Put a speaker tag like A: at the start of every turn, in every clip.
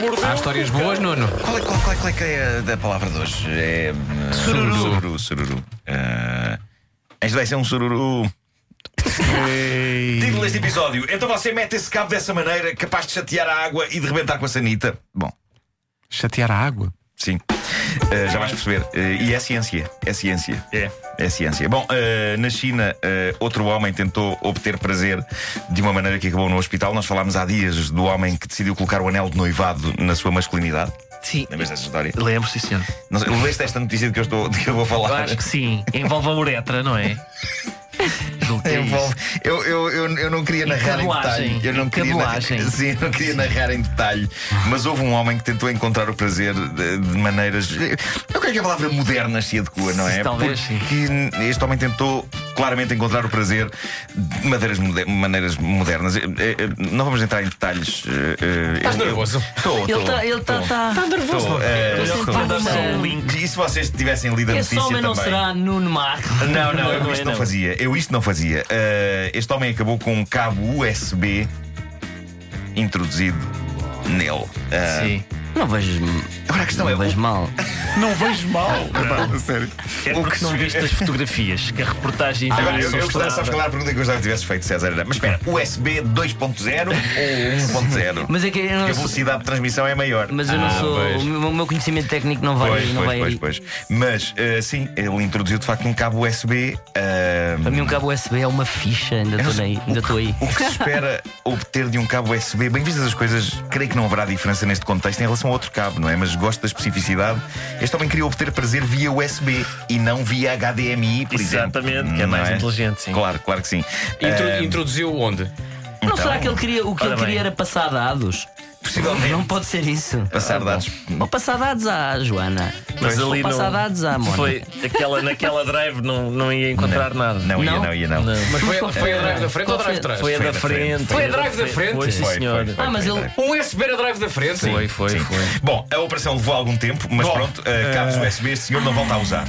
A: mordeu.
B: Há histórias boas, Nuno.
C: Qual é, qual, qual é- qual é que é a da palavra de hoje? É. uh,
B: Sururu.
C: Sururu, sururu. Ah, Este vai ser um sururu. Título deste episódio. Então você mete esse cabo dessa maneira, capaz de chatear a água e de rebentar com a sanita. Bom,
A: Chatear a água.
C: sim. Ah, já vais perceber. Ah, e é ciência. É ciência.
A: É.
C: É ciência. Bom, ah, na China, ah, outro homem tentou obter prazer de uma maneira que acabou no hospital. Nós falámos há dias do homem que decidiu colocar o anel de noivado na sua masculinidade.
D: Sim.
C: Lembras dessa história?
D: Lembro, sim, senhor.
C: Não sei, leste esta notícia de que eu, estou, de que eu vou
D: Eu
C: falar?
D: acho que sim. Envolve a uretra, não é? Julgo que é isso.
C: Envolve- Eu, eu, eu, eu não queria narrar em
D: Encabelagem.
C: detalhe. Eu não queria, narrar,
D: Encabelagem.
C: sim, eu não queria narrar em detalhe. Mas houve um homem que tentou encontrar o prazer de, de maneiras. Eu creio que a palavra moderna se adequa, não é?
D: Talvez, sim.
C: Porque este homem tentou claramente encontrar o prazer de maneiras, mode- maneiras modernas. Eh, eh, eh, Não vamos entrar em detalhes. eh, Estás
B: nervoso?
C: Estou,
E: Ele
C: estou.
E: está. Ele tá, tá-
C: Estou, eh,
D: Melhor
C: estou.
D: recomendar só um link.
C: E se vocês tivessem lido a
E: Esse
C: notícia
E: homem
C: também?
E: não será Nuno Marco.
C: Não, não, eu
D: Não é,
C: isto não,
D: não.
C: fazia. Eu isto não fazia. Ah, este homem acabou com um cabo USB introduzido nele. Ah,
D: Sim.
F: Não vejo.
C: Agora a questão
F: não
C: é.
F: vejo mal.
A: Não vejo mal.
C: Pá, sério.
D: É
C: O
D: porque
C: que
D: não
C: se-
D: viste as fotografias, que a reportagem
C: Agora, eu,
D: viu
C: eu gostava, sabes qual era a pergunta que eu gostava que tivesse feito, César? Era, mas espera, USB 2.0 ou 1.0?
F: Mas é que eu
C: Porque
F: não
C: a
F: sou.
C: velocidade de transmissão é maior.
F: Mas eu não
C: Ah,
F: sou.
C: pois.
F: O meu, o meu conhecimento técnico não vai.
C: Pois,
F: não vai
C: pois, pois,
F: aí.
C: pois. Mas, ah, sim, ele introduziu de facto um cabo USB. ah,
F: Para mim, um cabo USB é uma ficha. Ainda
C: Eu não
F: estou
C: sei
F: aí. Ainda estou aí.
C: O que se espera obter de um cabo USB, bem vistas as coisas, creio que não haverá diferença neste contexto em relação a outro cabo, não é? Mas gosto da especificidade. Este homem queria obter prazer via USB e não via HDMI, por exemplo.
D: Exatamente, que é
C: Não
D: mais inteligente, sim.
C: Claro, claro que sim.
B: Intro-
C: Ah,
B: Introduziu onde?
F: Não
C: então,
F: será que ele queria. O que
D: Ora
F: ele queria
D: bem.
F: era passar dados?
C: Possivelmente.
F: Não pode ser isso.
D: Ah,
C: Passar dados.
F: Ou passar dados à Joana.
D: Mas
F: Ou
D: ali não.
F: passar dados à Mónica.
D: Foi aquela, naquela drive não, não ia encontrar nada.
C: Não ia,
F: Não?
C: não ia, não.
D: Não.
B: Mas foi, a- foi a drive da frente ou a drive de trás?
D: Foi a
C: Foi
D: da
C: da
D: frente.
C: frente.
B: Foi a drive da frente?
D: Foi, sim,
C: Foi,
D: senhor.
C: foi, foi.
F: Ah, mas ele.
B: Um USB era drive da frente?
D: Foi, foi,
C: Sim.
D: foi.
C: Bom, a operação levou algum tempo, mas pronto,
D: eh,
C: ah, cabos USB este senhor não volta a usar.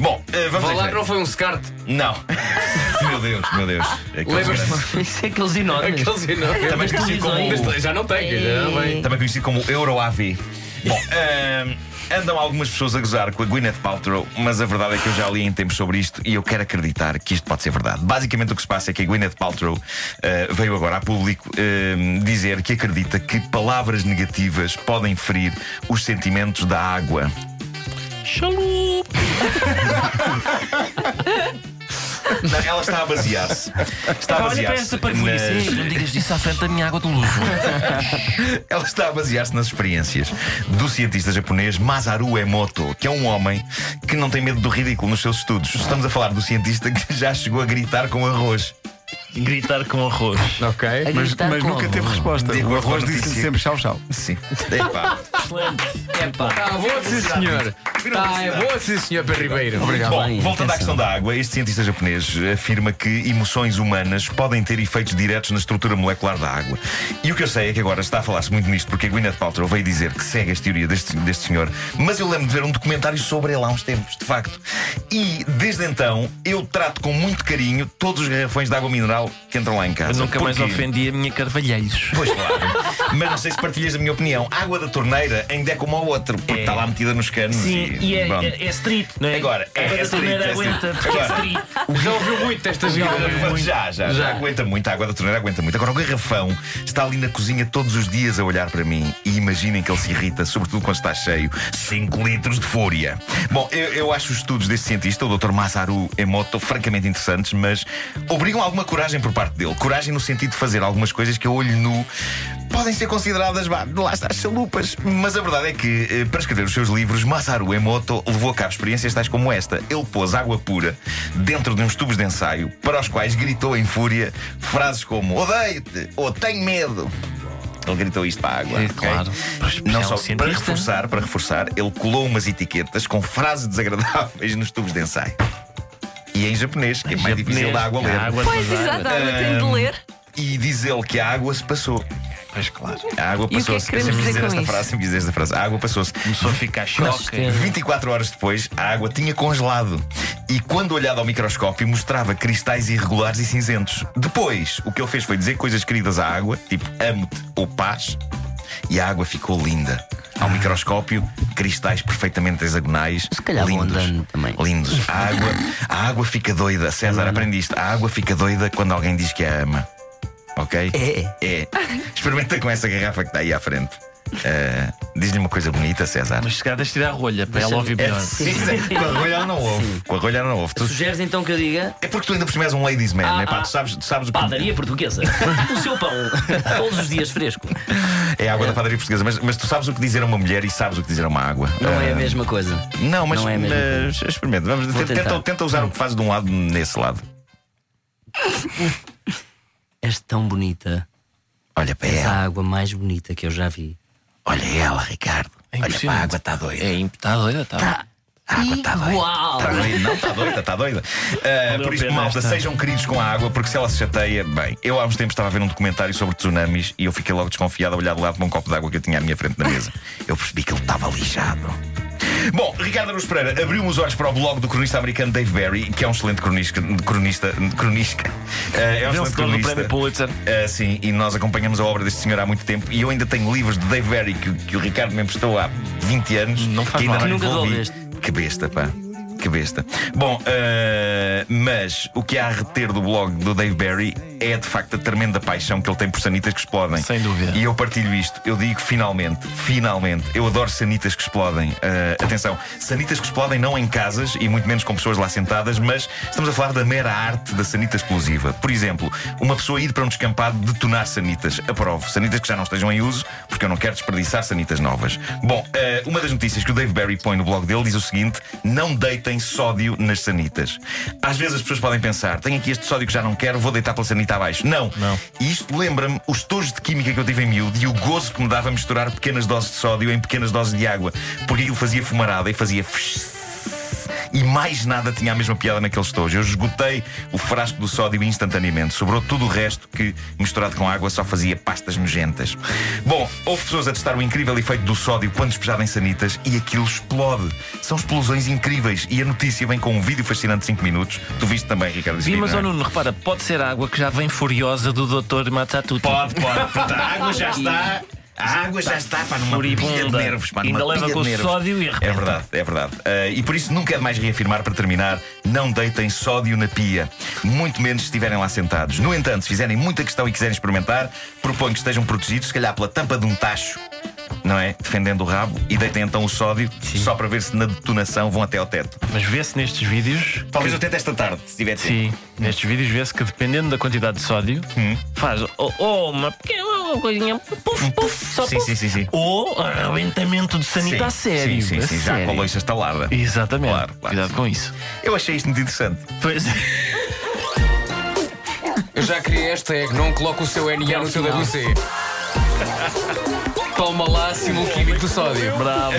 C: Bom, ah, vamos
B: Vá
C: em
B: lá que
C: frente.
B: não foi um SCART.
C: Não. meu Deus, meu Deus. Aqueles
B: Lembras-te?
C: grandes.
F: Isso é aqueles enormes.
B: Aqueles enormes.
C: Também conhecido como
F: televisões.
B: Mas Já não tem, que já não vem.
C: também conhecido como Euro AV. Bom, ahm, andam algumas pessoas a gozar com a Gwyneth Paltrow, mas a verdade é que eu já li em tempos sobre isto e eu quero acreditar que isto pode ser verdade. Basicamente o que se passa é que a Gwyneth Paltrow ah, veio agora a público ahm, dizer que acredita que palavras negativas podem ferir os sentimentos da água. Não, ela está a basear-se. Está a basear-se. nas-
D: Não digas isso à frente da minha água do luxo.
C: Ela está a basear-se nas experiências do cientista japonês Masaru Emoto, que é um homem que não tem medo do ridículo nos seus estudos. Estamos a falar do cientista que já chegou a gritar com arroz.
D: Gritar com arroz.
A: Ok. Mas,
F: gritar
A: mas
F: com
A: nunca
F: arroz.
A: teve resposta.
C: Digo,
A: o arroz
C: boa
A: disse-lhe
C: notícia.
A: sempre tchau, tchau.
C: Sim. Epá.
B: Está bom, sim, senhor. Está bom, sim, senhor Pedro Ribeiro.
F: Obrigado.
C: Bom,
F: Bem,
C: voltando à questão
F: atenção.
C: da água, este cientista japonês afirma que emoções humanas podem ter efeitos diretos na estrutura molecular da água. E o que eu sei é que agora está a falar-se muito nisto, porque a Gwyneth Paltrow veio dizer que segue as teorias deste, deste senhor, mas eu lembro de ver um documentário sobre ele há uns tempos, de facto. E desde então eu trato com muito carinho todos os garrafões de água mineral que entram lá em
D: Eu
C: casa.
D: nunca mais
C: Porquê?
D: ofendi a minha Carvalheiros.
C: Pois claro. Mas não sei se partilhas a minha opinião. A água da torneira ainda é como a outra, porque está lá metida nos canos.
D: Sim, e é,
C: pronto.
D: é, é street, não é?
C: Agora, é,
D: a
C: é
D: água da
C: street,
D: torneira
C: é
D: aguenta,
C: street.
D: porque é
C: Agora,
D: street.
B: Já ouviu muito desta vida.
C: Já, já, já. Aguenta muito, a água da torneira aguenta muito. Agora, o garrafão está ali na cozinha todos os dias a olhar para mim e imaginem que ele se irrita, sobretudo quando está cheio. 5 litros de fúria. Bom, eu, eu acho os estudos deste cientista, o Dr. Masaru Emoto, francamente interessantes, mas obrigam alguma coragem por parte dele. Coragem no sentido de fazer algumas coisas que a olho nu podem ser consideradas, vá, lá está, chalupas. Mas a verdade é que, eh, para escrever os seus livros, Masaru Emoto levou a cabo experiências tais como esta. Ele pôs água pura dentro de uns tubos de ensaio, para os quais gritou em fúria frases como odeio-te ou tenho medo. Ele gritou isto para a água.
D: É,
C: ok?
D: claro.
C: Não
D: É
C: só
D: um
C: para
D: cientista.
C: reforçar, para reforçar, ele colou umas etiquetas com frases desagradáveis nos tubos de ensaio. E em japonês, que é mais difícil da água
D: A
C: ler.
D: água
E: Pois,
D: das
E: exato,
D: águas.
E: agora tem de ler.
C: E diz ele que a água se passou. Pois claro. A água
E: E o que é que
C: passou.
E: queremos dizer com
C: esta
E: isso?
C: frase, sempre dizer esta frase. A água passou-se.
D: Começou a ficar choque.
C: 24 horas depois, a água tinha congelado e, quando olhada ao microscópio, mostrava cristais irregulares e cinzentos. Depois, o que ele fez foi dizer coisas queridas à água, tipo amo-te ou paz, e a água ficou linda. Ao microscópio, cristais perfeitamente hexagonais.
F: Se calhar vou
C: lindos,
F: andando também.
C: Lindos. A água, a água fica doida. César, aprendiste. A água fica doida quando alguém diz que a ama. Ok?
F: É.
C: É. Experimenta com essa garrafa que está aí à frente. Ah, Diz-lhe uma coisa bonita, César.
D: Mas se calhar tens de tirar a rolha para ela ouvir
C: É,
D: melhor.
C: sim, sim. com a rolha ela não ouve. Com a rolha ela não ouve. Tu-
F: Sugeres então que eu diga?
C: é porque tu ainda por cima és um ladies man,
F: Ah,
C: né? Pá,
F: ah.
C: tu sabes, tu sabes o que.
F: Padaria portuguesa. o seu pão. Todos os dias fresco.
C: É a água da padaria portuguesa, mas, mas tu sabes o que dizer a uma mulher e sabes o que dizer a uma água.
F: Não é
C: Ah,
F: a mesma coisa.
C: Não, mas,
F: Não é a mesma
C: mas experimenta. Vamos,
F: Vou
C: tenta,
F: tentar.
C: tenta usar o que fazes de um lado nesse lado.
F: És tão bonita.
C: Olha para
F: És
C: ela.
F: a água mais bonita que eu já vi.
C: Olha ela, Ricardo.
F: É
C: Olha para a
D: impressionante.
C: água, está doida.
D: É, está doida, está.
C: A água está doida.
F: Uau!
C: Tá doida. Não, está doida, está doida. Ah, por isso,
D: pena
C: malta,
D: esta.
C: sejam queridos com a água, porque se ela se chateia, bem, eu há uns tempos estava a ver um documentário sobre tsunamis e eu fiquei logo desconfiado a olhar de lado para um copo de água que eu tinha à minha frente na mesa. Eu percebi que ele estava lixado. Bom, Ricardo Aruz Pereira abriu-me os olhos para o blog do cronista americano Dave Barry, que é um excelente cronisca. cronista cronisca. Ah, é um excelente
D: Vencedor do
C: cronista.
D: prémio Pulitzer.
C: Ah, sim, e nós acompanhamos a obra deste senhor há muito tempo e eu ainda tenho livros de Dave Barry que, que o Ricardo me emprestou há 20 anos.
D: Não faz
C: que ainda
D: mal.
C: não
F: Que nunca
C: devolvi.
F: devolveste.
C: Que besta, pá. Que besta. Bom, ah, mas o que há a reter do blog do Dave Barry é de facto a tremenda paixão que ele tem por sanitas que explodem.
D: Sem dúvida.
C: E eu partilho isto. Eu digo finalmente, finalmente, eu adoro sanitas que explodem. Ah, atenção, sanitas que explodem não em casas e muito menos com pessoas lá sentadas, mas estamos a falar da mera arte da sanita explosiva. Por exemplo, uma pessoa ir para um descampado detonar sanitas. Aprovo. Sanitas que já não estejam em uso, porque eu não quero desperdiçar sanitas novas. Bom, eh, uma das notícias que o Dave Barry põe no blog dele diz o seguinte: não deitem sódio nas sanitas. Às vezes as pessoas podem pensar, tenho aqui este sódio que já não quero, vou deitar pela sanita abaixo. Não. não. E isto lembra-me os tojos de química que eu tive em miúdo e o gozo que me dava misturar pequenas doses de sódio em pequenas doses de água, porque aquilo fazia fumarada e fazia. fsh- e mais nada tinha a mesma piada naqueles tojos. Eu esgotei o frasco do sódio instantaneamente. Sobrou tudo o resto que, misturado com água, só fazia pastas nojentas. Bom, houve pessoas a testar o incrível efeito do sódio quando despejado em sanitas e aquilo explode. São explosões incríveis. E a notícia vem com um vídeo fascinante de 5 minutos. Tu viste também, Ricardo? esse
D: Vi,
C: vídeo,
D: mas
C: não
D: ó
C: é?
D: Nuno, repara, pode ser água que já vem furiosa do Dr. Matatuti.
C: Pode, pode. Portanto, a água já está. A água já está para numa pilha de
D: Moribunda.
C: nervos, pá, numa
D: Ainda leva
C: pilha
D: com
C: de
D: o
C: nervos.
D: sódio e
C: É
D: arrebenta.
C: verdade, é verdade. Eh, e por isso nunca é demais reafirmar para terminar: não deitem sódio na pia, muito menos se estiverem lá sentados. No entanto, se fizerem muita questão e quiserem experimentar, proponho que estejam protegidos, se calhar pela tampa de um tacho, não é? Defendendo o rabo e deitem então o sódio só para ver se na detonação vão até ao teto.
D: Mas vê-se nestes vídeos.
C: Talvez eu tente esta tarde, se tiver tempo.
D: Sim, nestes vídeos vê-se que dependendo da quantidade de sódio,
C: Hum.
D: faz ou, ou uma pequena coisinha, puf, puf, só
C: Um Sim,
D: puf,
C: sim, sim, sim.
D: ou arrebentamento de sanita a tá
C: sim,
D: sério.
C: sim,
D: a
C: sim, já
D: sério.
C: com a loiça estalada.
D: Exatamente.
C: Claro, claro.
D: Cuidado com isso.
C: Eu achei isto muito interessante.
D: Pois
B: Eu já criei hashtag, não coloco o seu NA no seu WC. Toma lá, Simão Químico do Sódio.
D: bravo.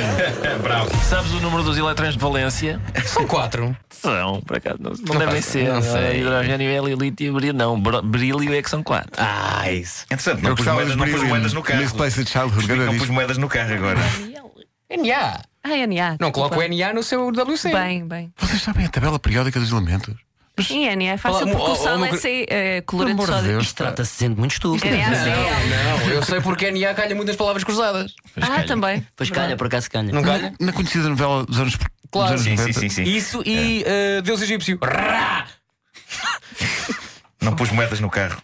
C: Bravo.
D: Sabes o número dos elétrons de valência?
B: São quatro.
D: São, por acaso, não, não devem
B: faço-
D: ser. eh,
B: não sei.
D: Hidrogênio, hélio, lítio, brilho. Não, bro- brilho é que são quatro.
B: Ah, isso.
C: Interessante, não
A: Eu
C: pus,
A: gostava
C: moedas,
A: dos
C: não pus
A: Brilliant.
C: moedas no carro.
A: Misplaced Childhood,
C: Explica, Não
A: grande
C: pus
A: disco.
C: moedas no carro agora.
B: NA.
E: Ah, NA.
B: Não coloco o
E: desculpa.
B: NA no seu WC.
E: Bem, bem.
A: Vocês sabem a tabela periódica dos elementos?
E: Em NA é fácil
B: Olá,
E: porque
B: oh,
E: o sal
B: oh,
E: é
B: meu-
E: sem eh, coloreto
A: Pelo
E: de
A: amor de
E: sódio.
A: Deus.
F: Isto trata-se de gente muito
E: Isto
F: estúpida.
E: é NaCl.
B: Não, eu sei porque NA calha muitas palavras cruzadas.
E: Ah, também.
F: Pois calha, por acaso calha.
B: Não calha?
A: Na conhecida novela dos anos,
B: Claro.
A: dos anos
C: Sim, sim,
A: 90.
C: sim, sim.
B: Isso É. e eh, Deus egípcio. Rá!
C: Não pus moedas no carro.